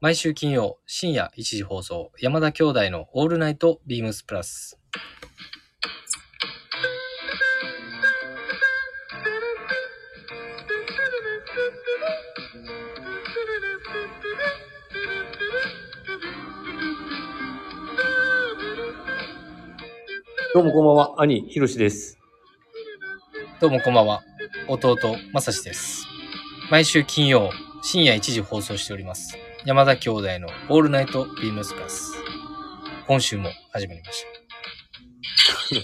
毎週金曜深夜1時放送、山田兄弟のオールナイトビームスプラス。どうもこんばんは、兄、ひろしです。どうもこんばんは。弟、まさしです。毎週金曜深夜1時放送しております。山田兄弟のオールナイトビームスプラス。今週も始まりました。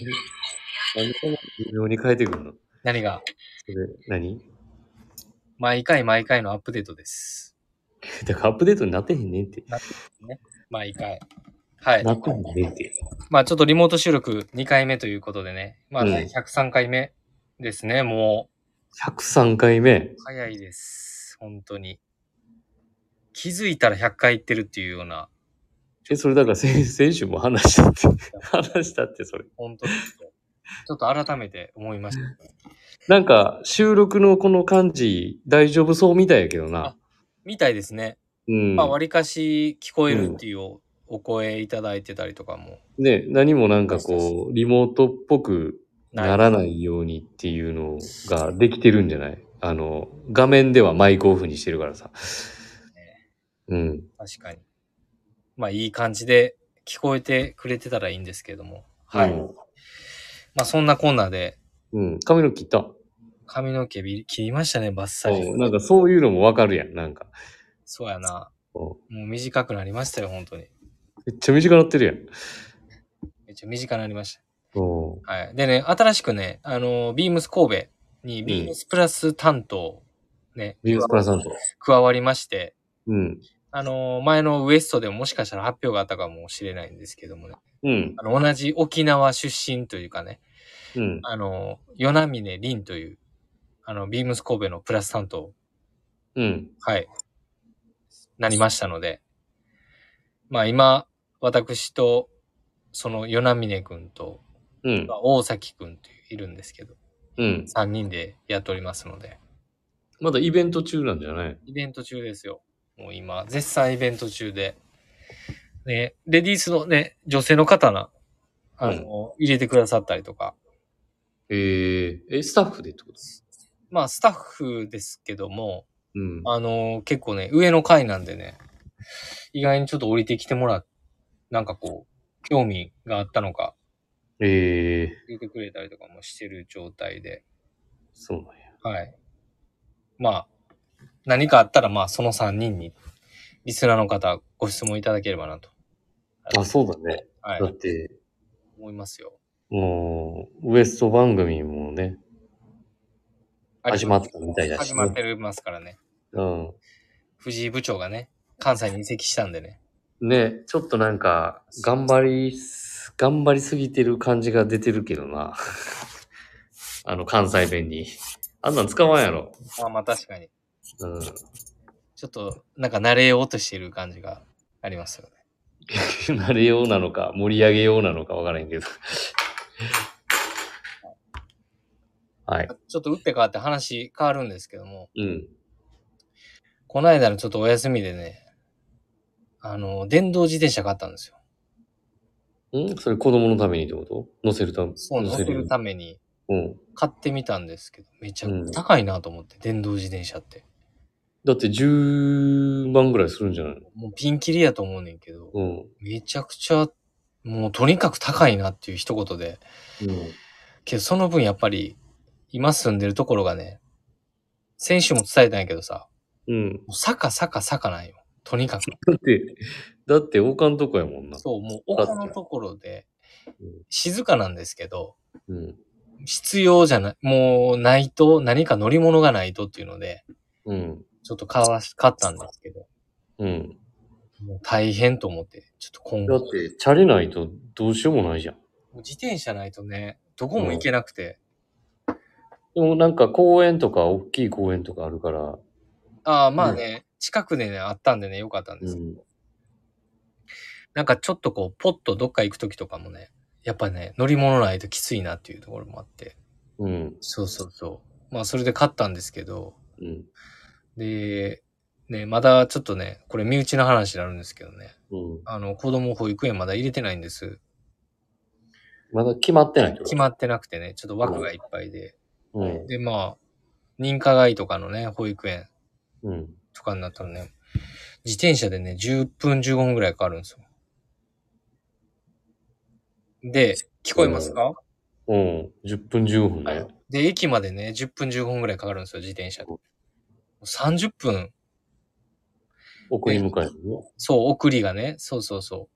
なんでこんな微妙に変えてくるの何がそれ、何 毎回毎回のアップデートです。だからアップデートになってへんねんって。毎回。はい。なってへんねんって。まあちょっとリモート収録2回目ということでね。まあ、うん103回目ですね。も103回目う。早いです。本当に。気づいたら100回行ってるっていうような。え、それだから先 先週も話したって。 話したって、それ。本当ですよちょっと改めて思いました。なんか、収録のこの感じ、大丈夫そうみたいやけどな。みたいですね。うんまあ、。割かし聞こえるっていうおお声いただいてたりとかもね、何もなんかこう、リモートっぽくないならないようにっていうのができてるんじゃないあの、画面ではマイクオフにしてるからさ。うん。確かに。まあ、いい感じで聞こえてくれてたらいいんですけども。はい。うんまあ、そんなこんなで、うん。髪の毛切った。髪の毛び切りましたね、バッサリそう、。なんかそういうのもわかるやん、なんか。そうやな。こもう短くなりましたよ、本当に。うめっちゃ短なってるやん。めっちゃ短くなりましおた。はい。でね、新しくね、あの、ビームス神戸にビームスプラス担当、ね、ビームスプラさんと。加わりまして、うん。あの、前のウエストでももしかしたら発表があったかもしれないんですけどもね。うん。あの、同じ沖縄出身というかね、うん。あの、与那峰凛という、あの、ビームス神戸のプラス担当、うん。はい、なりましたので、まあ今、私と、その与那峰くんと、うんま。あ大崎くんといういるんですけど、うん。 3人でやっておりますので、まだイベント中なんじゃないイベント中ですよ。もう今、絶賛イベント中で。ね、レディースのね、女性の方な、あの、入れてくださったりとか、えー、え、スタッフでってことまあスタッフですけども、うん。あの結構ね、上の階なんでね、意外にちょっと降りてきてもらっなんかこう、興味があったのか、え入ー、れてくれたりとかもしてる状態で、そうなんや。はい。まあ、何かあったら、まあ、その3人に、リスナーの方、ご質問いただければなと。あ、そうだね。はいだ。って、思いますよ。もう、ウエスト番組もね、始まったみたいだしね始まってますからね。うん。藤井部長がね、関西に移籍したんでね。ね、ちょっとなんか、頑張りす、頑張りすぎてる感じが出てるけどな。 あの、関西弁に。あんなん使わんやろ。まあまあ、確かに。うん。ちょっと、なんか慣れようとしている感じがありますよね。慣れようなのか、盛り上げようなのかわからへんけど。 はい。ちょっと打って変わって話変わるんですけども、うん。この間のちょっとお休みでね、あの、電動自転車買ったんですよ。んそれ子供のためにってこと乗せるため。そう、乗せるためにめ。うん。買ってみたんですけど、めちゃくちゃ高いなと思って、電動自転車って。だって10万ぐらいするんじゃないのもうピンキリやと思うねんけど、うん。めちゃくちゃ、もうとにかく高いなっていう一言で、うん。けどその分やっぱり、今住んでるところがね、先週も伝えたんやけどさ、うん。もう坂坂坂なんよ。とにかく。だって、だって、王冠とこやもんな。そう、もう丘のところでうん、静かなんですけど、うん。必要じゃない、もうないと、何か乗り物がないとっていうので、うん。ちょっと買わし、買ったんですけど、うん。もう大変と思って、ちょっと今だ後っ、て、チャリないとどうしようもないじゃん。もう自転車ないとね、どこも行けなくて、でもなんか公園とか、大きい公園とかあるから、ああ、まあね、近くでね、あったんでね、よかったんでうすけど、ん。なんかちょっとこう、ポッとどっか行くときとかもね、やっぱね、乗り物ないときついなっていうところもあって、うん。そうそうそう。まあ、それで買ったんですけど、うん。で、ね、まだちょっとね、これ身内の話になるんですけどね。うん。あの、子供保育園まだ入れてないんです。まだ決まってない決まってなくてね、ちょっと枠がいっぱいで。うん。で、まあ、認可外とかのね、保育園うん。とかになったらね、自転車でね、10分15分ぐらいかかるんですよ。で、聞こえますか、うん。10分15分ね。で、駅までね、10分15分ぐらいかかるんですよ、自転車で。30分、送り迎えるのそう、送りがね、そうそうそ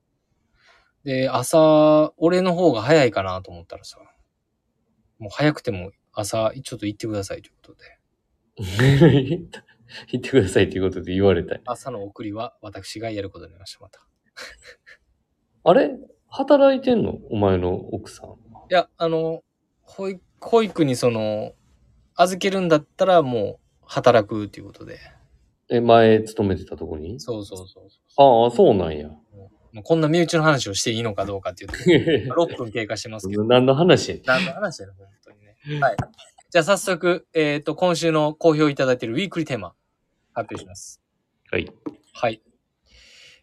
う。で、朝、俺の方が早いかなと思ったらさ、もう早くても朝、ちょっと行ってくださいということで、 言ってくださいということで言われたい。朝の送りは私がやることになりました、また。あれ働いてんのお前の奥さん。いや、あの、保育保育にその、預けるんだったらもう働くっていうことで。え、前勤めてたとこにそうそうそうそああ、そうなんや。 う。もうこんな身内の話をしていいのかどうか っていうと、6分経過してますけど、何の話やねん何の話やねん、本当に ね。はい。じゃあ早速、えっ、と、今週の好評いただいているウィークリーテーマ、発表します。はい。はい。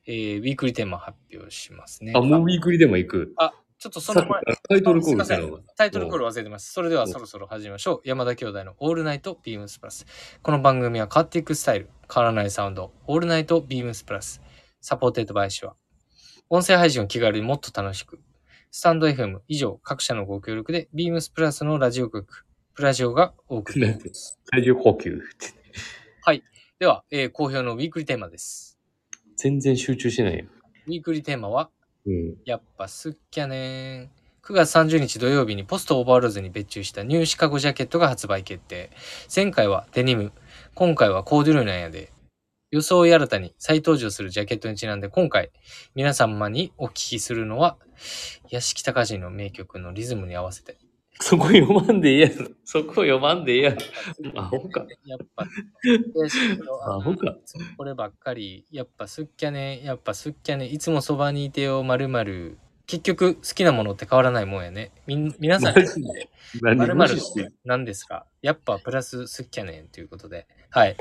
えー、ウィークリーテーマ発表しますね。あ、もうウィークリーでも行く。ちょっとその前、タイトルコールあすいませんのタイトルコール忘れてます。それではそろそろ始めましょう。山田兄弟のオールナイトビームスプラス。この番組は変わっていくスタイル、変わらないサウンド、オールナイトビームスプラス。サポーテッドバイシュア。音声配信を気軽にもっと楽しく。スタンド FM 以上各社のご協力で、ビームスプラスのラジオ局、プラジオがお送りします。 体重呼吸って。では、えー好評のウィークリーテーマです。全然集中しないよ。ウィークリーテーマは、うん。やっぱすっきゃねー9月30日土曜日にポストオーバーローズに別注したニューシカゴジャケットが発売決定。前回はデニム、今回はコーデュロイなんやで。予想や新たに再登場するジャケットにちなんで今回皆様にお聞きするのは、屋敷隆人の名曲のリズムに合わせて。そこ読まんでええやろ。そこ読まんでええやろ。アホか。やっぱ、屋敷のアホか。こればっかり、やっぱすっきゃね、やっぱすっきゃね、いつもそばにいてよ、まるまる。結局、好きなものって変わらないもんやね。みん、皆さん、マジで何まるまる無視してるなんですかやっぱプラスすっきゃねんということで。はい。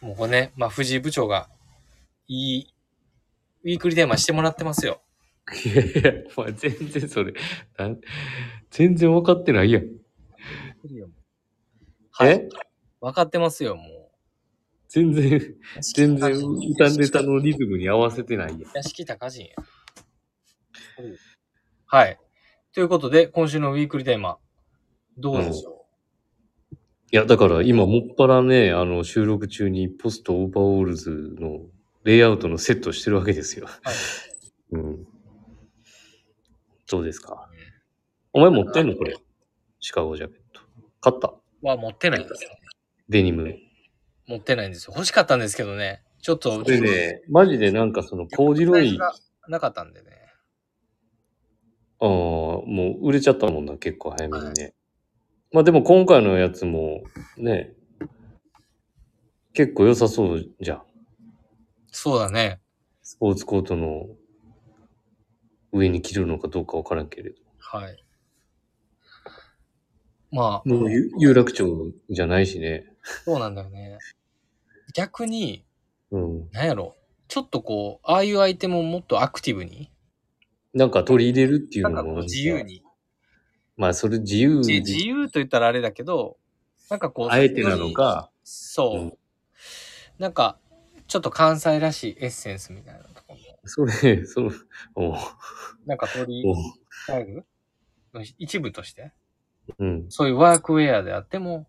もうこれね、まあ藤井部長がいいウィークリーテーマしてもらってますよ。いやいや、お前全然それ。なん全然分かってないやん。はいえ。分かってますよ、も全然、う。全然歌ネタのリズムに合わせてないやん。屋敷隆人や。はい。ということで、今週のウィークリーテーマ、どうでしょいや、だから今もっぱらね、あの、収録中にポストオーバーオールズのレイアウトのセットしてるわけですよ。はいうん。どうですかうんお前持ってんのこれ。シカゴジャケット。買ったう。は持ってないんですよ。デニム。持ってないんですよ。欲しかったんですけどね。ちょっと、でね、マジでなんかそのコーディロイ、あがなかったんでね。あー、もう売れちゃったもんな、結構早めにね。まあでも今回のやつも、ね、結構良さそうじゃん。そうだね。スポーツコートの上に着るのかどうかわからんけれど。はい。まあ、もうゆ有楽町じゃないしね。そうなんだよね。逆に、うん。なんやろ、ちょっとこう、ああいうアイテムをもっとアクティブに、なんか取り入れるっていうなのんかこもう自由。に、まあそれ自由じで自由と言ったらあれだけど、なんかこう、あえてなのか、そう、うんなんか、ちょっと関西らしいエッセンスみたいなとこも、それ、その、おうなんか取おりう入るの一部として、うん。そういうワークウェアであっても、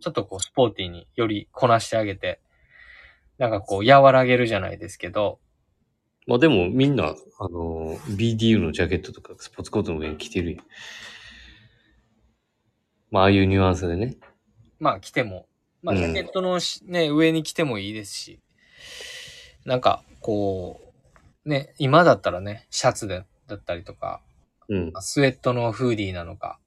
ちょっとこう、スポーティーによりこなしてあげて、なんかこう、和らげるじゃないですけど、まあでもみんな、あの、BDU のジャケットとかスポーツコートの上に着てるやん。まあああいうニュアンスでね。まあ着ても、まあうんジャケットのし、ね、上に着てもいいですし、なんかこう、ね、今だったらね、シャツでだったりとか、うん。スウェットのフーディーなのか、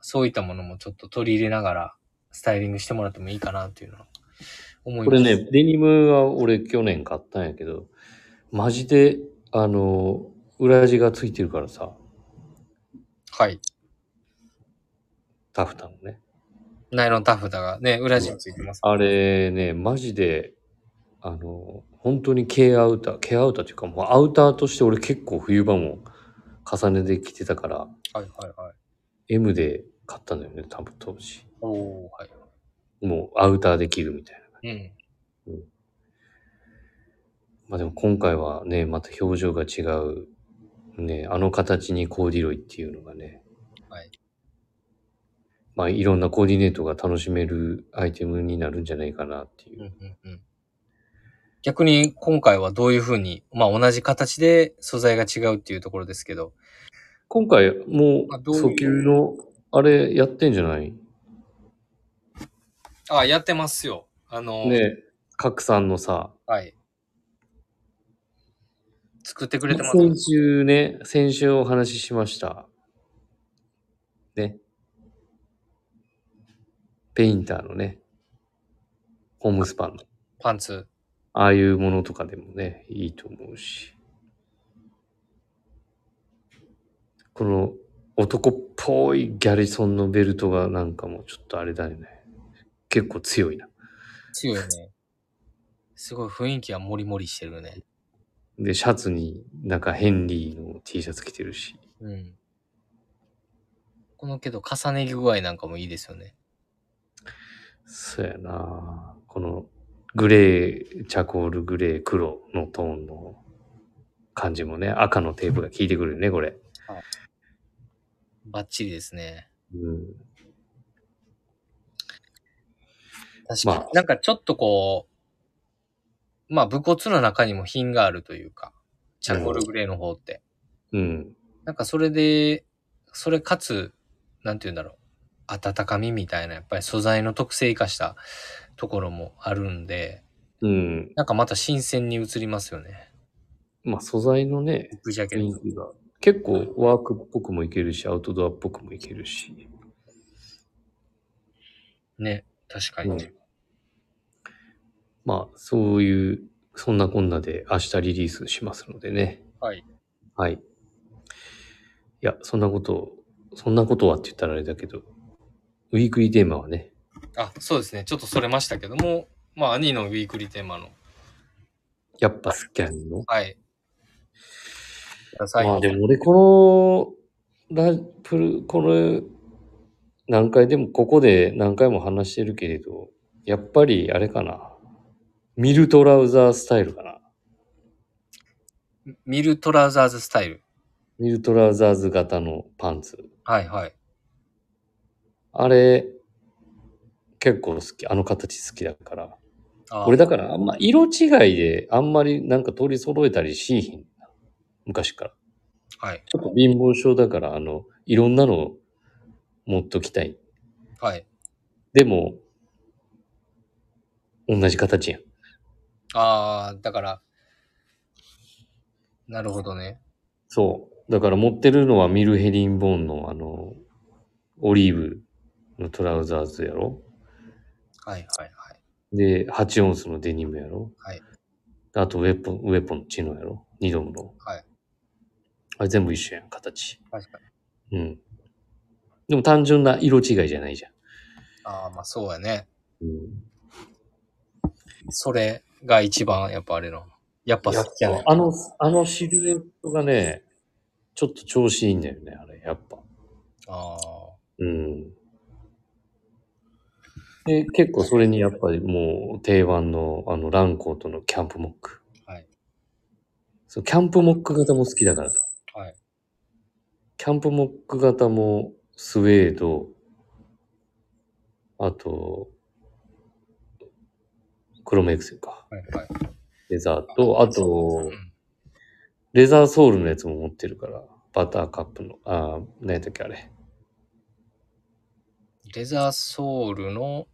そういったものもちょっと取り入れながら、スタイリングしてもらってもいいかなっていうのは思いこます。れね、デニムは俺去年買ったんやけど、マジで、あの、裏地がついてるからさ、はい。タフタのね。ナイロンタフタがね、裏地についてます。あれね、マジであの、本当に軽アウター、軽アウターというか、もうアウターとして俺結構冬場も重ねてきてたから、はいはいはい。 M で買ったんだよね、多分当時。おおはい。もうアウターで着るみたいな。うん。まあでも今回はね、また表情が違う、ね、あの形にコーディロイっていうのがね、はい。まあいろんなコーディネートが楽しめるアイテムになるんじゃないかなっていうう。んうんうん。逆に今回はどういうふうに、まあ同じ形で素材が違うっていうところですけど、今回もまあどうういう訴求のあれやってんじゃないあ、やってますよ。あの、ね、拡散のさ、はい。作ってくれてます。先週ね、先週お話ししました。ね。ペインターのね、ホームスパンの。パンツ。ああいうものとかでもね、いいと思うし。この男っぽいギャリソンのベルトがなんかもうちょっとあれだよね。結構強いな。強いね。すごい雰囲気はモリモリしてるね。で、シャツになんかヘンリーの T シャツ着てるし。うん。このけど重ね着具合なんかもいいですよね。そうやなこのグレー、チャコールグレー、黒のトーンの感じもね、赤のテープが効いてくるよね、これ。バッチリですね。うん。確かに。まあなんかちょっとこう、まあ武骨の中にも品があるというか、チャコールグレーの方って。うん。なんかそれで、それかつ、なんて言うんだろう。温かみみたいな、やっぱり素材の特性生かしたところもあるんで、うん。なんかまた新鮮に映りますよね。まあ素材のね、ブジャケ雰ット。囲気が結構ワークっぽくもいけるし、アウトドアっぽくもいけるし。ね。確かうに。んまあ、そういう、そんなこんなで明日リリースしますのでね。はい。はい。いや、そんなことを、そんなことはって言ったらあれだけど、ウィークリーテーマはね、あ、そうですね。ちょっとそれましたけども、まあ、兄のウィークリーテーマの。やっぱスキャンの。はい。ください。まあでも俺この、ラプル、これ、何回でも、ここで何回も話してるけれど、やっぱりあれかな。ミルトラウザースタイルかな。ミルトラウザーズスタイル。ミルトラウザーズ型のパンツ。はいはい。あれ、結構好き。あの形好きだから。あー俺だからあんま色違いであんまりなんか取り揃えたりしーひんな。昔から。はい。ちょっと貧乏症だから、あの、いろんなの持っときたい。はい。でも、同じ形やん。ああ、だから、なるほどね。そう。だから持ってるのはミルヘリンボーンのあの、オリーブのトラウザーズやろはいはいはい。で、8オンスのデニムやろはい。あと、ウェポン、ウェポンのチノやろニドムの。はい。あれ全部一緒やん、形。確かに。うん。でも単純な色違いじゃないじゃん。ああ、まあそうやね。うん。それが一番、やっぱあれの。やっぱ好きやね。あの、あのシルエットがね、ちょっと調子いいんだよね、あれ、やっぱ。ああ。うん。で、結構それにやっぱりもう定番のあのランコートのキャンプモック。はい。そう、キャンプモック型も好きだからさ。はい。キャンプモック型もスウェード、あと、クロメエクセルか。はいはい。レザーと、あうと、んレザーソールのやつも持ってるから、バターカップの、あー、何やったっけあれ。レザーソールの、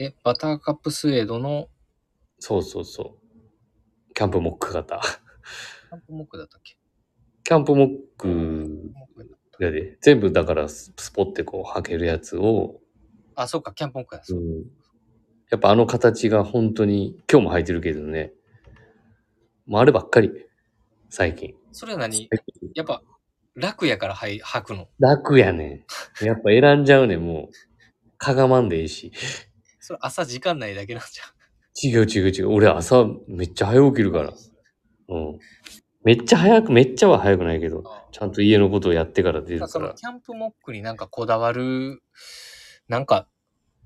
え、バターカップスウェードの、そうそうそう。キャンプモック型。キャンプモックだったっけキャンプモックモックだったやで、全部だからススポってこう履けるやつを、あ、そうか、キャンプモックだ。う、そうんやっぱあの形が本当に、今日も履いてるけどね、もうあればっかり、最近。それは何やっぱ、楽やからはい履くの。楽やねん。やっぱ選んじゃうねん、もう。かがまんでいいし。それ朝時間内だけなんじゃん。違う違う違う。俺朝めっちゃ早起きるから。うん。めっちゃ早く、めっちゃは早くないけど、あちゃんと家のことをやってから出なるんかそかのら。キャンプモックになんかこだわる、なんか、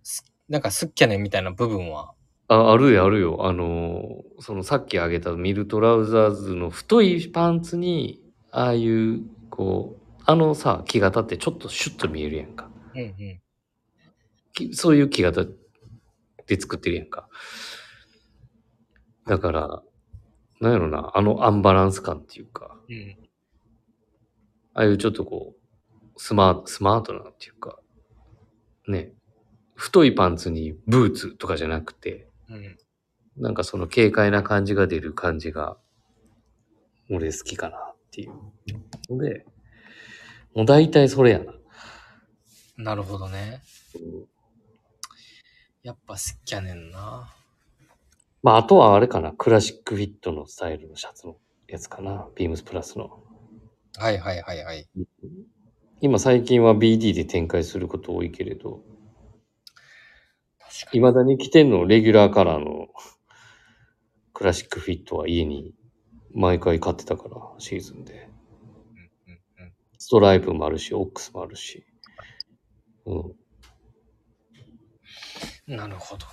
すなんかすっきゃねんみたいな部分は、あ、あるよ、あるよ。あのー、そのさっきあげたミルトラウザーズの太いパンツに、ああいう、こう、あのさ、木型ってちょっとシュッと見えるやんか。うんうん。きそういう木型で作ってるやんか。だから、なんやろな、あのアンバランス感っていうか、うん、ああいうちょっとこう、スマート、スマートなっていうか、ね、太いパンツにブーツとかじゃなくて、うん。なんかその軽快な感じが出る感じが、俺好きかなっていう。ので、もう大体それやな。なるほどね。やっぱすっきゃねんな。まあ、あとはあれかな。クラシックフィットのスタイルのシャツのやつかな。ビームスプラスの。はいはいはいはい。今最近は BD で展開すること多いけれど、確かに。未だに着てんのレギュラーカラーの クラシックフィットは家に毎回買ってたから、シーズンで。うんうんストライプもあるし、オックスもあるし。うん。うん、なるほどね。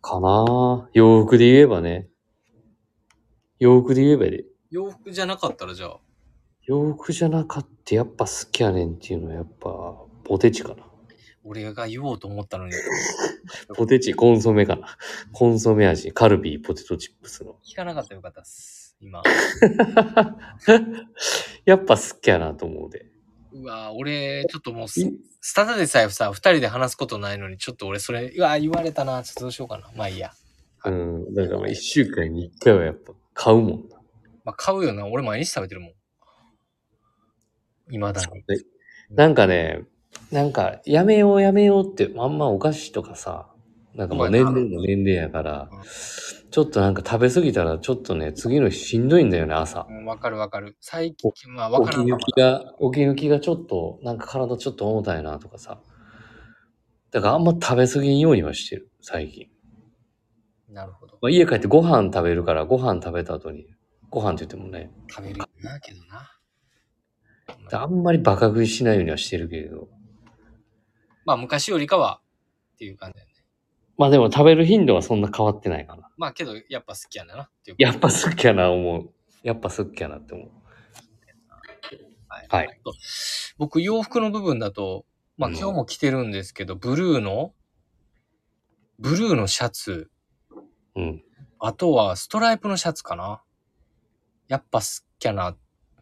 かなあ洋服で言えばね。洋服で言えばで。洋服じゃなかったらじゃあ、洋服じゃなかってやっぱ好きやねんっていうのはやっぱポテチかな。俺が言おうと思ったのに。ポテチ、コンソメかな。コンソメ味、カルビー、ポテトチップスの。聞かなかったらよかったっす。今。やっぱ好きやなと思うで。うわぁ、俺、ちょっともうすい、スタダでさえさ、二人で話すことないのに、ちょっと俺それ、うわぁ、言われたな。ちょっとどうしようかな。まあいいや。うん。だからまあ一週間に一回はやっぱ買うもんな。まあ買うよな。俺毎日食べてるもん。今だに。でなんかね、なんかやめようやめようって、あんまお菓子とかさ、なんかもう年齢も年齢やからうん、ちょっとなんか食べ過ぎたらちょっとね、次の日しんどいんだよね、朝。うんわかるわかる。最近、まあわか起きらん抜わ。きが、起き抜きがちょっと、なんか体ちょっと重たいなとかさ。だからあんま食べ過ぎんようにはしてる、最近。なるほど。まあ、家帰ってご飯食べるから、ご飯食べた後に、ご飯って言ってもね、食べるよな、けどな。であんまりバカ食いしないようにはしてるけれど。まあ昔よりかは、っていう感じだよね。まあでも食べる頻度はそんな変わってないかな。まあけど、やっぱ好きやな、っていう。やっぱすっきゃな、思う。やっぱすっきゃなって思う。はいはいあと僕、洋服の部分だと、まあうん今日も着てるんですけど、ブルーの、ブルーのシャツ、うん。あとはストライプのシャツかな。やっぱすっきゃな、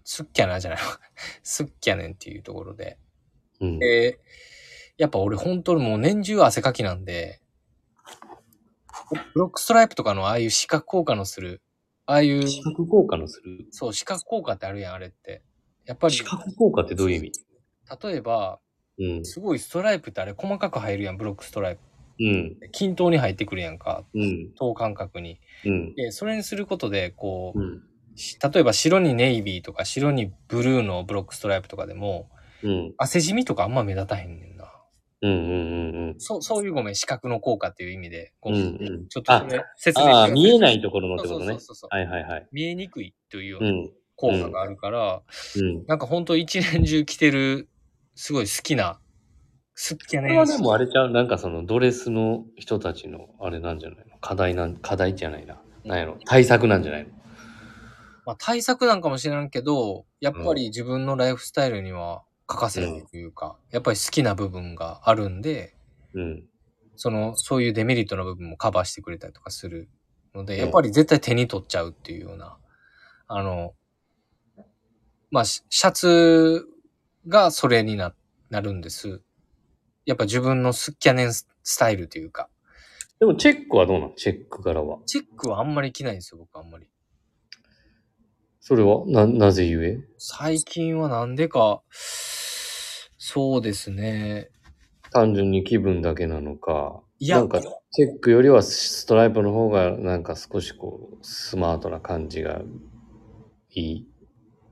すっきゃなじゃない すっきゃねんっていうところで。うん。で、やっぱ俺本当にもう年中汗かきなんで、ブロックストライプとかのああいう視覚効果のする、ああいう、視覚効果のする。そう、視覚効果ってあるやん、あれって。やっぱり視、覚効果ってどういう意例えば、味すごいストライプってあれ細かく入るやん、ブロックストライプ。うん。うん。均等に入ってくるやんか、うん。等間隔に。うん。で、それにすることで、こうう、ん。し例えば白にネイビーとか白にブルーのブロックストライプとかでも、うん。汗染みとかあんま目立たへんねんな。うん。うん。うん。そう、そういうごめん、視覚の効果っていう意味で、こううんうんちょっとそれ説明ああ、し見えないところのっそてうそこうとそねう。そうそう。はいはいはい。見えにくいというよう。うなん効果があるから、うん。なんか本当一年中着てる、すごい好きな、すっきゃこねれはでもあれちゃう、なんかそのドレスの人たちのあれなんじゃないの課題なん、課題じゃないな。なんやろ対策なんじゃないのまあ、対策なんかもしれんけど、やっぱり自分のライフスタイルには欠かせないというか、やっぱり好きな部分があるんで、うん。その、そういうデメリットの部分もカバーしてくれたりとかするのうで、んやっぱり絶対手に取っちゃうっていうような、あの、まあ、シシャツがそれにな、なるんです。やっぱ自分のスッキャネンススタイルというか、でもチェックはどうなのチェック柄は。チェックはあんまり着ないんですよ、僕あんまり。それはな、なぜゆえ最近はなんでか、そうですね。単純に気分だけなのか。いやなんかチェックよりはストライプの方がなんか少しこう、スマートな感じがいい、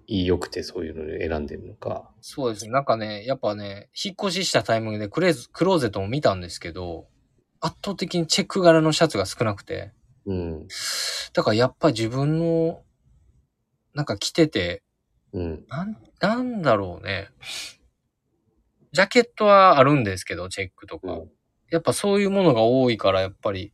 いいよくてそういうのを選んでるのか。そうですね。なんかね、やっぱね、引っ越ししたタイミングでクレーズクローゼットも見たんですけど、圧倒的にチェック柄のシャツが少なくて、うん。だからやっぱり自分の、なんか着てて、うん。なん、なんだろうね。ジャケットはあるんですけど、チェックとか。うんやっぱそういうものが多いから、やっぱり、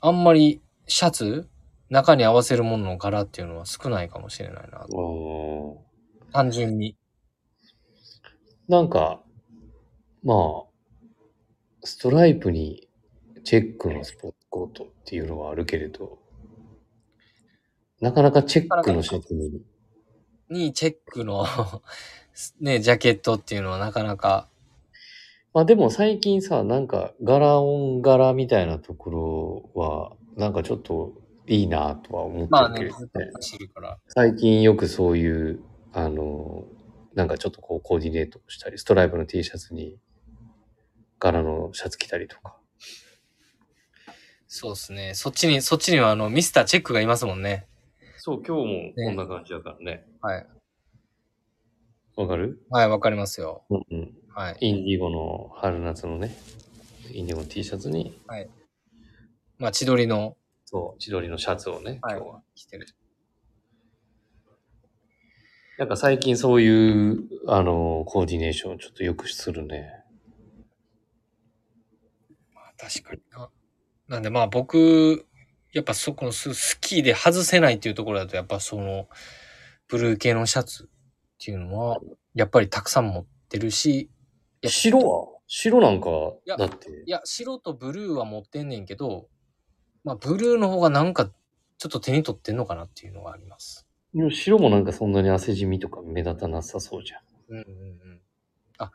あんまりシャツ中に合わせるものの柄っていうのは少ないかもしれないな。あー単純に。なんか、まあ、ストライプにチェックのスポットコートっていうのはあるけれど、なかなかチェックのシャツに、に、チェックの、 ね、ジャケットっていうのはなかなか、まあでも最近さ、なんか柄オン柄みたいなところは、なんかちょっといいなとは思まあってね、るけずっどとね。走るから。最近よくそういう、あの、なんかちょっとこうコーディネートしたり、ストライプの T シャツに柄のシャツ着たりとか。そうですね。そっちに、そっちにはあの、ミスターチェックがいますもんね。そう、今日もこんな感じだからね。はい。わかるはい、わかりますよ。うんうん。はい。インディゴの春夏のね、インディゴの T シャツに、まあ、千鳥のそう、千鳥のシャツをね、はい今日は。着てる。なんか最近そういう、あの、コーディネーションをちょっとよくするね。まあ、確かにな。なんでまあ、僕、やっぱそこのススキーで外せないっていうところだと、やっぱその、ブルー系のシャツっていうのは、やっぱりたくさん持ってるし、やっぱ白は白なんかや、だって、いや、白とブルーは持ってんねんけど、まあ、ブルーの方がなんか、ちょっと手に取ってんのかなっていうのがあります。でも白もなんかそんなに汗染みとか目立たなさそうじゃん。うんうんうん。あ、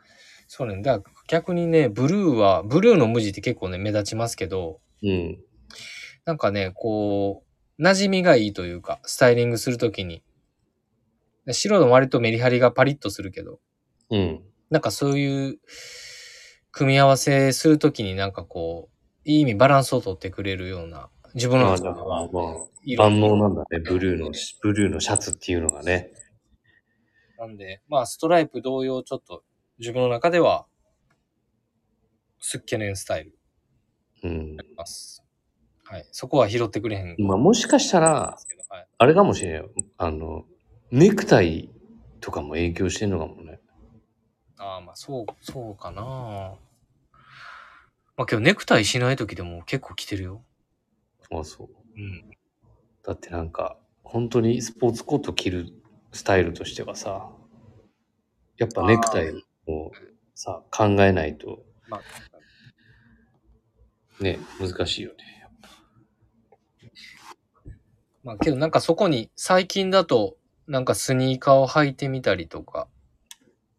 そうね。だから逆にね、ブルーは、ブルーの無地って結構ね、目立ちますけど、うん。なんかね、こう、馴染みがいいというか、スタイリングするときに。で白の割とメリハリがパリッとするけど、うん。なんかそういう、組み合わせするときになんかこう、いい意味バランスを取ってくれるような、自分まのあ、じ中ゃであ、はまあ、色々万能なんだね。ブルーの、ブルーのシャツっていうのがね。なんで、まあ、ストライプ同様、ちょっと、自分の中では、すっけねんスタイルにうんな。ります。はい。そこは拾ってくれへん。まあ、もしかしたら、はい、あれかもしれんよ。あの、ネクタイとかも影響してんのかもね。ああ、まあ、そう、そうかな。まあ、けど、ネクタイしない時でも結構着てるよ。あ、そう。うん。だってなんか、本当にスポーツコート着るスタイルとしてはさ、やっぱネクタイをさ、考えないとまあ、ね、難しいよね。まあ、けど、なんかそこに、最近だと、なんかスニーカーを履いてみたりとか、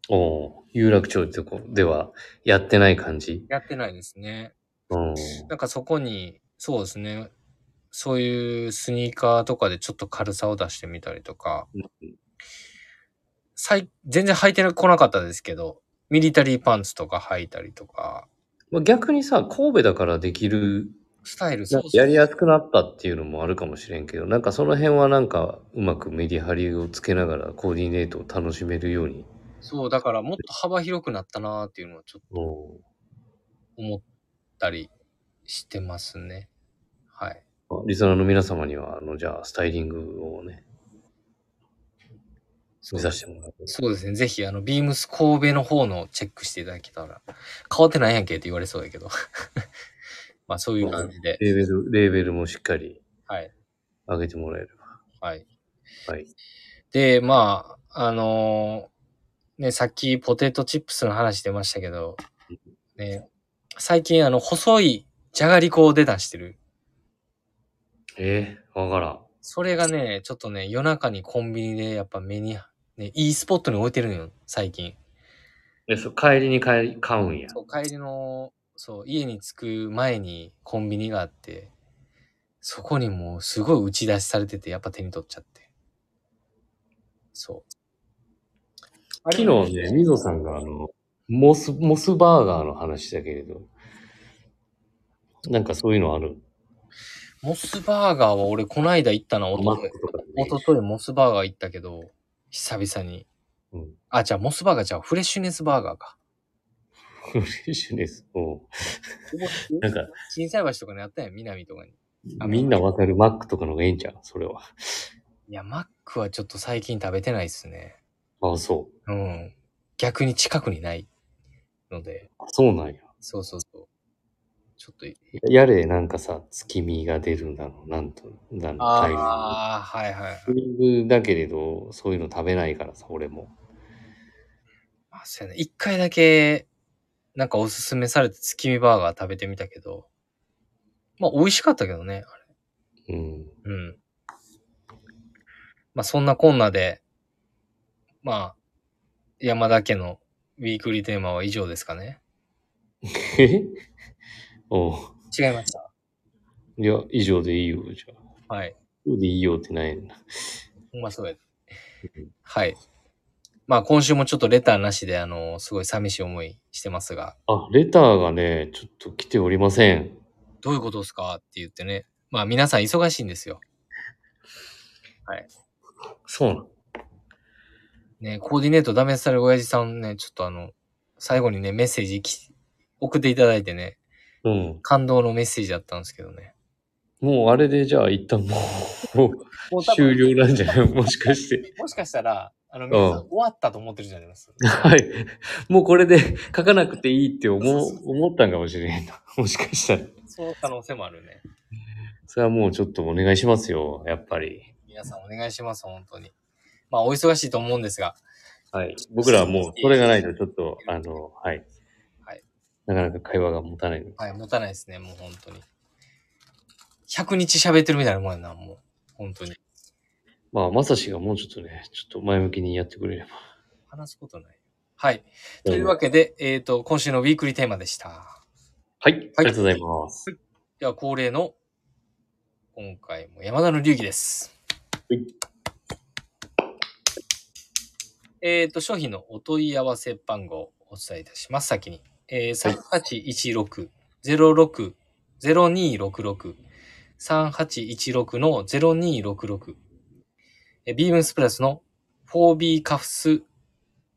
おお有楽町ってとこではやってない感じ。やってないですね。うん。なんかそこに、そうですね。そういうスニーカーとかでちょっと軽さを出してみたりとか、最全然履いてこなかったですけど、ミリタリーパンツとか履いたりとか、まあ逆にさ、神戸だからできる、スタイルなそんうかそうやりやすくなったっていうのもあるかもしれんけど、なんかその辺はなんかうまくメリハリをつけながらコーディネートを楽しめるように。そう、だからもっと幅広くなったなーっていうのはちょっとお思ったりしてますね。はい。ーリスナーの皆様には、あの、じゃあ、スタイリングをね、そ目う指してもらう。そうですね。ぜひ、あの、ビームス神戸の方のチェックしていただけたら、変わってないやんけって言われそうやけど。 まあ、そういう感じで。レーベル、レーベルもしっかりはい。上げてもらえれはい。ば。はい。で、まあ、あのーね、さっきポテトチップスの話出ましたけど、ね、最近あの、細いじゃがりこを出だしてる。ええわからん。それがね、ちょっとね、夜中にコンビニでやっぱ目に、ね、いいスポットに置いてるのよ、最近。え、そう、帰りに帰り、買うんや。そう、帰りの、そう、家に着く前にコンビニがあって、そこにもうすごい打ち出しされてて、やっぱ手に取っちゃって。そう。昨日ね、みぞさんがあの、モス、モスバーガーの話だけれど、なんかそういうのある。モスバーガーは俺こないだ行ったな、おマとッといクとかおね。とといモスバーガー行ったけど、久々に。うんあ、じゃあモスバーガーじゃあフレッシュネスバーガーか。フレッシュネス。おうなんか、震災橋とかにあったやん、南とかに。あみんなわかるマックとかの方がいいんじゃん、それは。いや、マックはちょっと最近食べてないっすね。あ、そうん。逆に近くにないので、う。そうなんや。そうそうそう。ちょっとい、やれ、なんかさ、月見が出るんだの、なんと、なんの、タイム。ああ、はいはい。タイミングだけれど、そういうの食べないからさ、俺も。あそうやね。一回だけ、なんかおすすめされて月見バーガー食べてみたけど、まあ美味しかったけどね。うん。 うん。まあそんなこんなで、まあ、山田家のウィークリーテーマは以上ですかね。えおう。違いました。いや、以上でいいよ、じゃあ。はい。以上でいいよってないな。ほんまそうや。はい。まあ今週もちょっとレターなしで、あの、すごい寂しい思いしてますが、あ、レターがね、ちょっと来ておりません。どういうことですかって言ってね。まあ皆さん忙しいんですよ。そうなん。ね、コーディネートダメされる親父さんね、ちょっとあの、最後にね、メッセージき送っていただいてね、うん。感動のメッセージだったんですけどね。もうあれで、じゃあ一旦もう、終了なんじゃない もしかして。もしかしたら、あの、皆さん終わったと思ってるじゃないですか。はい。 もうこれで書かなくていいって思そうそうう、思ったんかもしれへんな。 もしかしたら。そう可能性もあるね。それはもうちょっとお願いしますよ、やっぱり。皆さんお願いします、本当に。まあ、お忙しいと思うんですが、はい。僕らはもう、それがないとちょっと、あの、はい。はい。なかなか会話が持たないので。はい、持たないですね、もう本当に。100日喋ってるみたいなもんやな、もう。本当に。まあ、まさしがもうちょっとね、ちょっと前向きにやってくれれば。話すことない。はい。というわけで、えっ、と、今週のウィークリーテーマでした。はい。ありがとうございます。では恒例の今回も山田の流儀ですはい。えっ、と、商品のお問い合わせ番号をお伝えいたします、先に。えー、3816-06-0266。3816の0266。えービームスプラスの 4B カフス、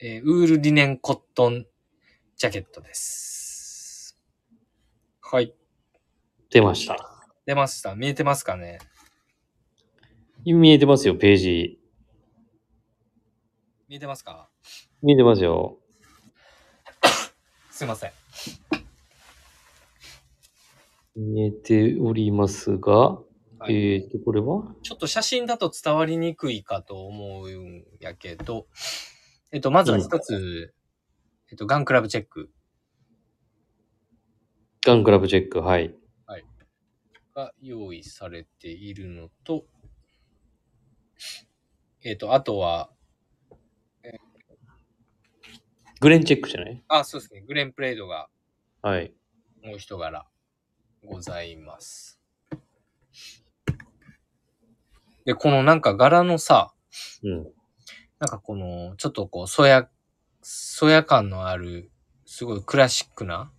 えーウールリネンコットンジャケットです。はい。出ました。出ました。見えてますかね見えてますよ、ページ。見えてますか見えてますよ。すいません。見えておりますが、はいえっ、ー、と、これはちょっと写真だと伝わりにくいかと思うんやけど、えっと、まずは一つ、えっと、ガンクラブチェックガンクラブチェック、はい。が用意されているのと、えっと、あとは、グレンチェックじゃないあ、そうですね、グレンプレードがはい。もう一柄ございます。で、このなんか柄のさ、うん。なんかこの、ちょっとこう、そや、そや感のある、すごいクラシックな、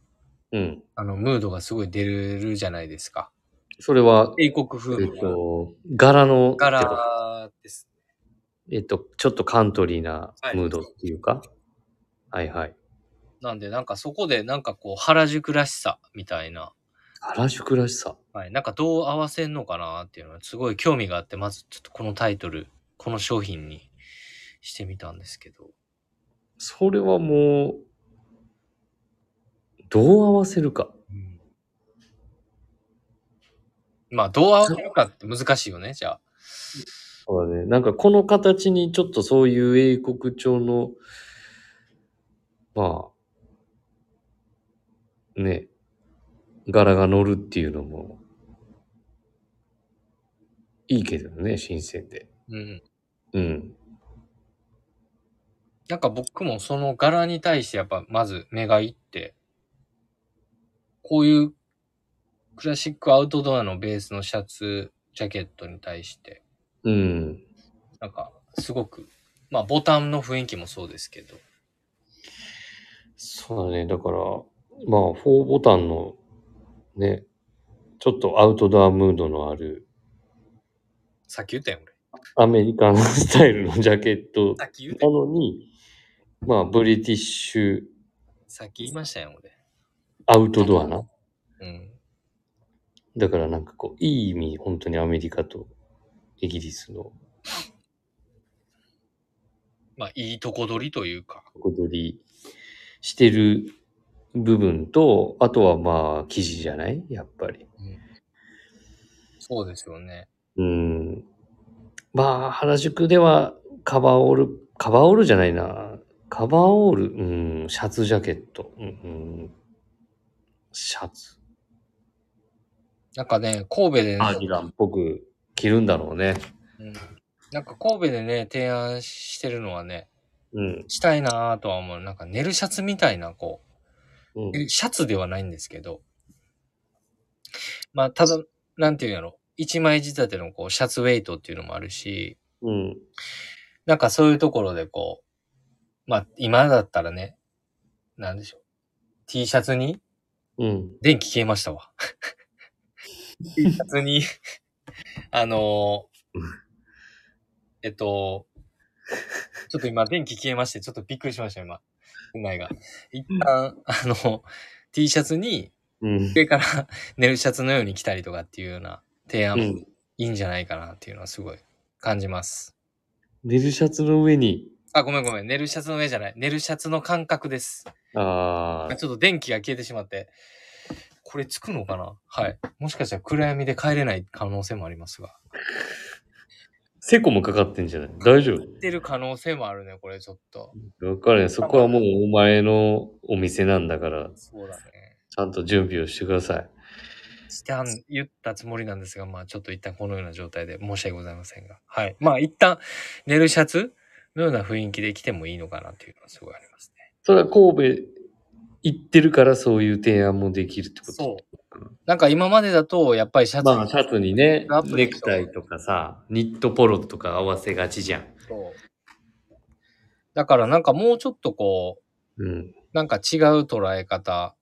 うん。あの、ムードがすごい出るじゃないですか。それは、英国風えっ、のと、柄の、柄です。えっ、と、ちょっとカントリーなムードっていうか。はい、はい、なんで、なんかそこで、なんかこう、原宿らしさみたいな、原宿らしさ。はい、なんかどう合わせんのかなっていうのは、すごい興味があって、まずちょっとこのタイトル、この商品にしてみたんですけど。それはもう、どう合わせるか。うんまあ、どう合わせるかって難しいよね、じゃあ。そうだね。なんかこの形にちょっとそういう英国調の、まあ、ね、柄が乗るっていうのも、いいけどね、新鮮で。うん。うん。なんか僕もその柄に対してやっぱまず目がいって、こういうクラシックアウトドアのベースのシャツ、ジャケットに対して、うん。なんかすごく、まあボタンの雰囲気もそうですけど、そうだね。だから、まあ、4ボタンの、ね、ちょっとアウトドアムードのある、さっき言ったやん俺。アメリカンスタイルのジャケットさっき言ったなやんのに、まあ、ブリティッシュさっき言いましたよ、俺。アウトドアな。うん。だからなんかこう、いい意味、本当にアメリカとイギリスのまあ、いいとこ取りというか。踊りしてる部分と、あとはまあ、記事じゃないやっぱり。そうですよね。うん。まあ、原宿ではカバーオール、カバーオールじゃないな。カバーオール、うん、シャツジャケット。うん、うん、シャツ。なんかね、神戸でね、アーディガンっぽく着るんだろうね。うん、なんか神戸でね、提案してるのはね、うん。したいなぁとは思う。なんか寝るシャツみたいな、こうんう、シャツではないんですけど、まあ、ただ、なんていうんやろ、一枚仕立てのこう、シャツウェイトっていうのもあるし、うん。なんかそういうところでこう、まあ、今だったらね、なんでしょう。T シャツにうん。電気消えましたわ。T シャツに、あのーうんえっと、ちょっと今電気消えまして、ちょっとびっくりしました、今。うまいが。一旦、あの、T シャツに、うん。上から 寝るシャツのように着たりとかっていうような提案もういいんんじゃないかなっていうのはすごい感じます。寝るシャツの上に、あ、ごめんごめん。寝るシャツの上じゃない。寝るシャツの感覚です。ああ、ちょっと電気が消えてしまって、これつくのかなはい。もしかしたら暗闇で帰れない可能性もありますが。セコもかかってんじゃない大丈夫出る可能性もあるね、これちょっと。わかるよ。そこはもうお前のお店なんだから、そうだね。ちゃんと準備をしてください。してあん、言ったつもりなんですが、まあちょっと一旦このような状態で申し訳ございませんが。はい。まあ一旦、寝るシャツのような雰囲気で来てもいいのかなっていうのはすごいありますね。それは神戸行ってるからそういう提案もできるってことそう。なんか今までだと、やっぱりシャツまあ、シャツにねアッ、プでしょネクタイとかさ、ニットポロとか合わせがちじゃん。そうだからなんかもうちょっとこう、うん。なんか違う捉え方、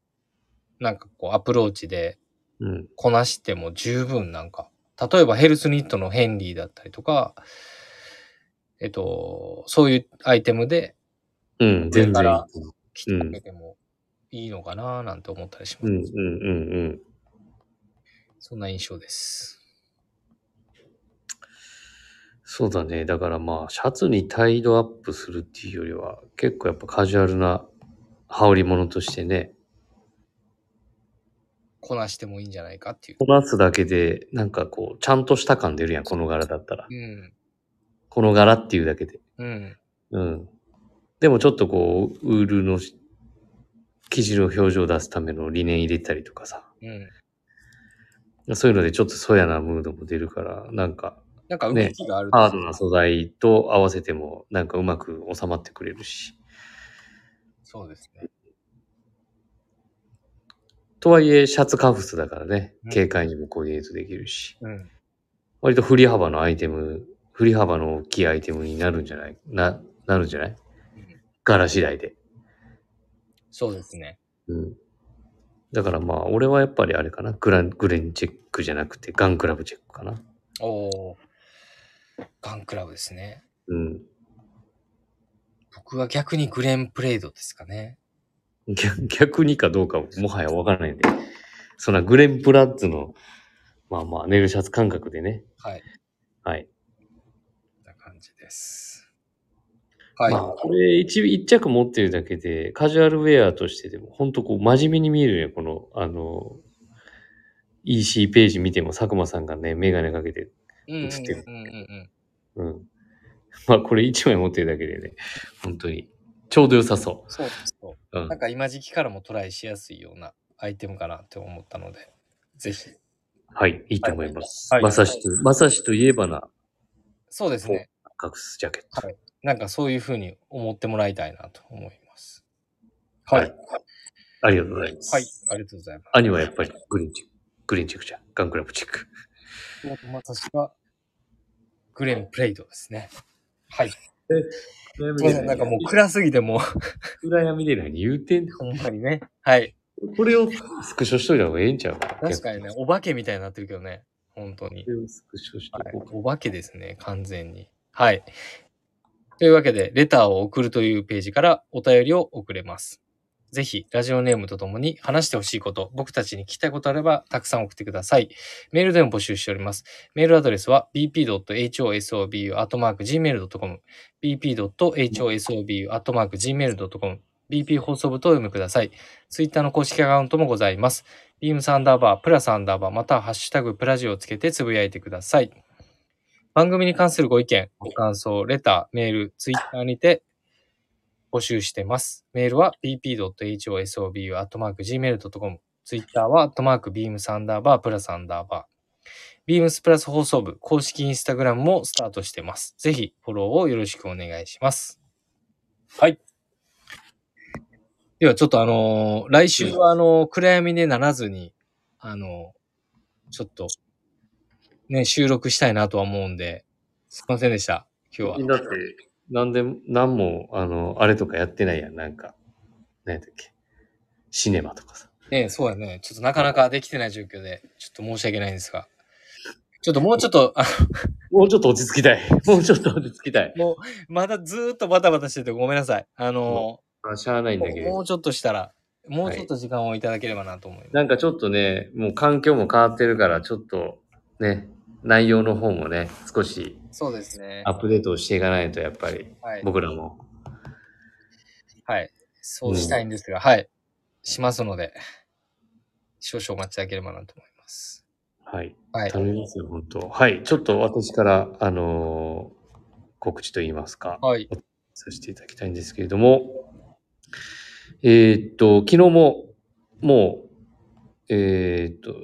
なんかこうアプローチでうん。こなしても十分なんか、例えばヘルスニットのヘンリーだったりとか、えっと、そういうアイテムでうん、全だか然いらい。着てあげてもいいのかななんて思ったりします。うん、うん、うん、うん。そんな印象です。そうだね。だからまあ、シャツにタイドアップするっていうよりは、結構やっぱカジュアルな羽織物としてね、こなしてもいいんじゃないかっていう。こなすだけで、なんかこう、ちゃんとした感出るやん、この柄だったらう。ん。この柄っていうだけで。うん。うん。でもちょっとこう、ウールのし生地の表情を出すための理念入れたりとかさ。うん。そういうのでちょっとそやなムードも出るから、なんか、なんか動ねきがあるとハードな素材と合わせても、なんかうまく収まってくれるし。そうですね。とはいえ、シャツカフスだからねうん、軽快にもコーディネートできるし。うん。割と振り幅のアイテム、振り幅の大きいアイテムになるんじゃないな、なるんじゃないうん柄次第で。そうですね。うん。だからまあ、俺はやっぱりあれかな。グラン、グレンチェックじゃなくて、ガンクラブチェックかな。おお。ガンクラブですね。うん。僕は逆にグレンプレードですかね。逆 逆にかどうかも、もはやわからないんで。そんなグレンプラッツの、まあまあ、ネルシャツ感覚でね。はい。はい。こんな感じです。はい。まあ、これ一、一着持ってるだけで、カジュアルウェアとしてでも、ほんとこう、真面目に見えるね。この、あの、EC ページ見ても、佐久間さんがね、メガネかけて、うんうんうん映ってるうんうんうん。まあ、これ一枚持ってるだけでね、本当に、ちょうど良さそう。そうですそうう。んなんか今時期からもトライしやすいようなアイテムかなって思ったので、ぜひ。はい、いいと思います。はいまさしと、まさしといえばな、そうですね。隠すジャケット。なんかそういうふうに思ってもらいたいなと思います。はい。ははいい。ありがとうございます。ありがとうございます。兄はやっぱりグリーンチェック、グリーンチェックじゃん、ガンクラブチェック。松本正がグレンプレイドですね。はい。すいません。なんかもう暗すぎてもう、暗闇で何言うてんほんまにね。はい。これをスクショしといた方がええんちゃう確かにね、こお化けみたいになってるけどね、本当に。れをスクショしとはいこうか。お化けですね、完全に。はい。というわけで、レターを送るというページからお便りを送れます。ぜひ、ラジオネームとともに話してほしいこと、僕たちに聞きたいことあれば、たくさん送ってください。メールでも募集しております。メールアドレスは bp.hosobu.gmail.com bp.hosobu.gmail.com bp 放送部とお読みください。ツイッターの公式アカウントもございます。ビームサンダーバー、プラサンダーバー、またはハッシュタグプラジオをつけてつぶやいてください。番組に関するご意見、ご感想、レター、メール、ツイッターにて募集してます。メールは bp.hosobu.gmail.com ツイッターは、アットマーク、ビームサンダーバー、プラスアンダーバー。ビームスプラス放送部、公式インスタグラムもスタートしてます。ぜひ、フォローをよろしくお願いします。はい。では、ちょっとあのー来週は、あのー暗闇でならずに、あのーちょっと、ね、収録したいなとは思うんで、すいませんでした、今日は。だって、なんで、なんも、あの、あれとかやってないやん、なんか。何やったっけ。シネマとかさ。ねそうやね。ちょっとなかなかできてない状況で、ちょっと申し訳ないんですが。ちょっともうちょっと、あもうちょっと落ち着きたい。もうちょっと落ち着きたい。もう、まだずーっとバタバタしててごめんなさい。あのあしゃあないんだけー、もど。うちょっとしたら、もうちょっと時間をいただければなと思います。なんかちょっとね、もう環境も変わってるから、ちょっと、ね、内容の方もね、少しそうですね。アップデートをしていかないと、やっぱり、はい。僕らも。はい。そうしたいんですが、はい。しますので、少々お待ちいただければなと思います。はい。はい。頼みますよ、本当はい。ちょっと私から、あのー告知といいますか。はい。させていただきたいんですけれども、えーっと、昨日も、もう、えーっと、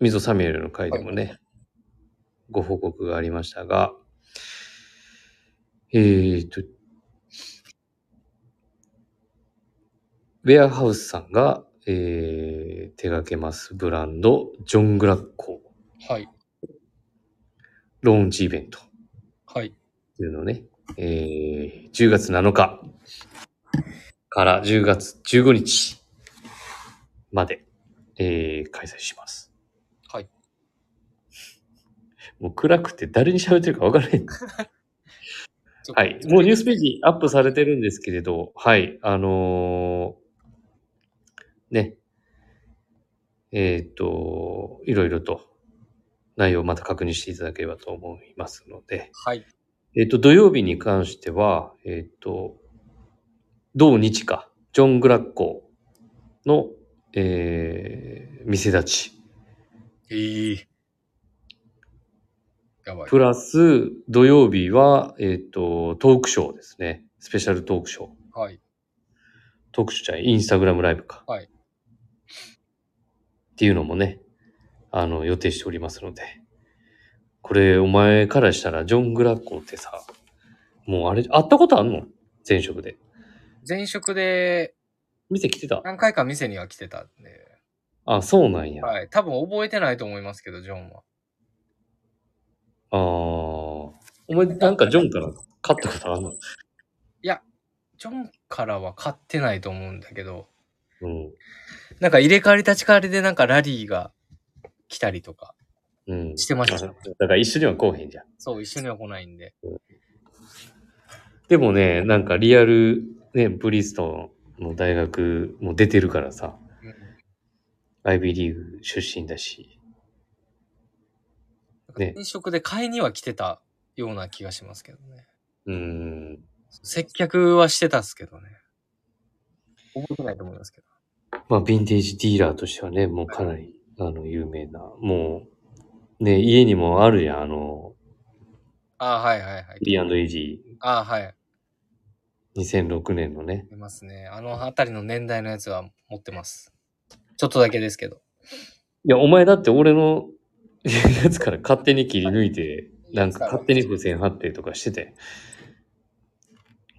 ミゾサミュエルの回でもね、ご報告がありましたが、えーっと、ウェアハウスさんが、えー手掛けますブランド、ジョン・グラッコはい。ローンチイベント。はい。っていうのをね、えー10月7日から10月15日まで、えー開催します。はい。もう暗くて誰に喋ってるか分からへん。ちょっとはい。もうニュースページアップされてるんですけれど、はい。あのーね。えーっと、いろいろと内容をまた確認していただければと思いますので、はい。えっ、と、土曜日に関しては、えっ、と、同日か、ジョン・グラッコーの、えー、店立ち、えー。やばい。プラス土曜日は、えっ、と、トークショーですね。スペシャルトークショー。はい。トークショーじゃないインスタグラムライブか。はいっていうのもね、あの、予定しておりますので。これ、お前からしたら、ジョン・グラッコーってさ、もうあれ、会ったことあんの前職で。前職で店来てた何回か店には来てたんで、あ、そうなんや。はい。多分覚えてないと思いますけど、ジョンは。ああ。お前、なんかジョンから買ったことあるのジョンからは買ってないと思うんだけど、うん。なんか入れ替わり立ち替わりでなんかラリーが来たりとかうん。してました。だから一緒には来おへんじゃん。そう、一緒には来ないんで。でもね、なんかリアル、ね、ブリストンの大学も出てるからさ、うんアイビーリーグ出身だし。ね転職で買いには来てたような気がしますけどね。うん。接客はしてたっすけどね。覚えてないと思いますけど。まあ、ヴィンテージディーラーとしてはね、もうかなり、あの、有名な。もう、ね、家にもあるやん、あの、ああ、はいはいはい。 B&AG。ああ、はい。 2006年のね。いますね。あのあたりの年代のやつは持ってます。ちょっとだけですけど。いや、お前だって俺の やつから勝手に切り抜いて、なんか勝手に付箋貼ってとかしてて。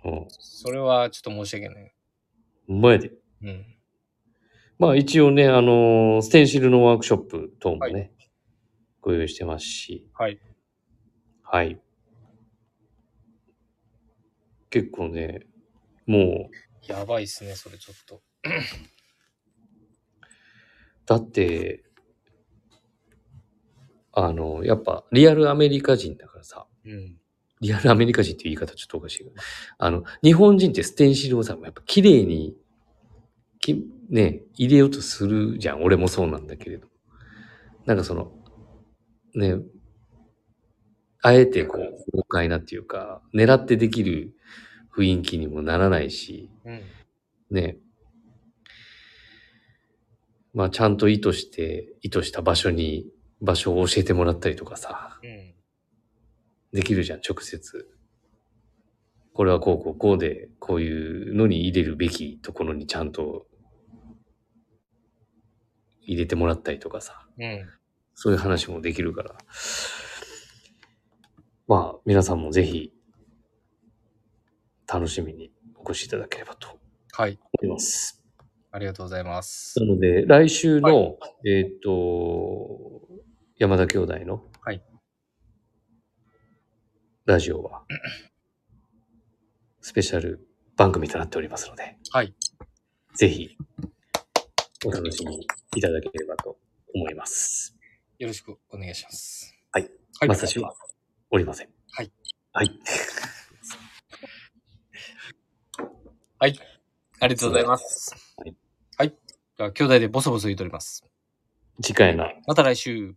うん。それはちょっと申し訳ない。お前で。うん。まあ一応ね、あのーステンシルのワークショップ等もね、はご用意してますし。はい。はい。結構ね、もう、やばいっすね、それちょっと。だって、あの、やっぱリアルアメリカ人だからさ、うん。リアルアメリカ人っていう言い方ちょっとおかしいけど、あの、日本人ってステンシルをさ、やっぱ綺麗にき、ね、入れようとするじゃん。俺もそうなんだけれど。なんかその、ね、あえてこう、豪快なっていうか、狙ってできる雰囲気にもならないし、うん。ね。まあ、ちゃんと意図して、意図した場所に、場所を教えてもらったりとかさ、うん。できるじゃん、直接。これはこうこうこうで、こういうのに入れるべきところにちゃんと入れてもらったりとかさ、うん。そういう話もできるから。まあ、皆さんもぜひ、楽しみにお越しいただければとはい。思います。ありがとうございますな。ので、来週はの、えーっ、と、山田兄弟の、はいラジオは、スペシャル番組となっておりますので、はい。ぜひ、お楽しみいただければと思います。よろしくお願いします。はい。はい。まさしはおりません。はい。はい。ありがとうございます。はいはい。では兄弟でボソボソ言うとおります。次回のまた来週。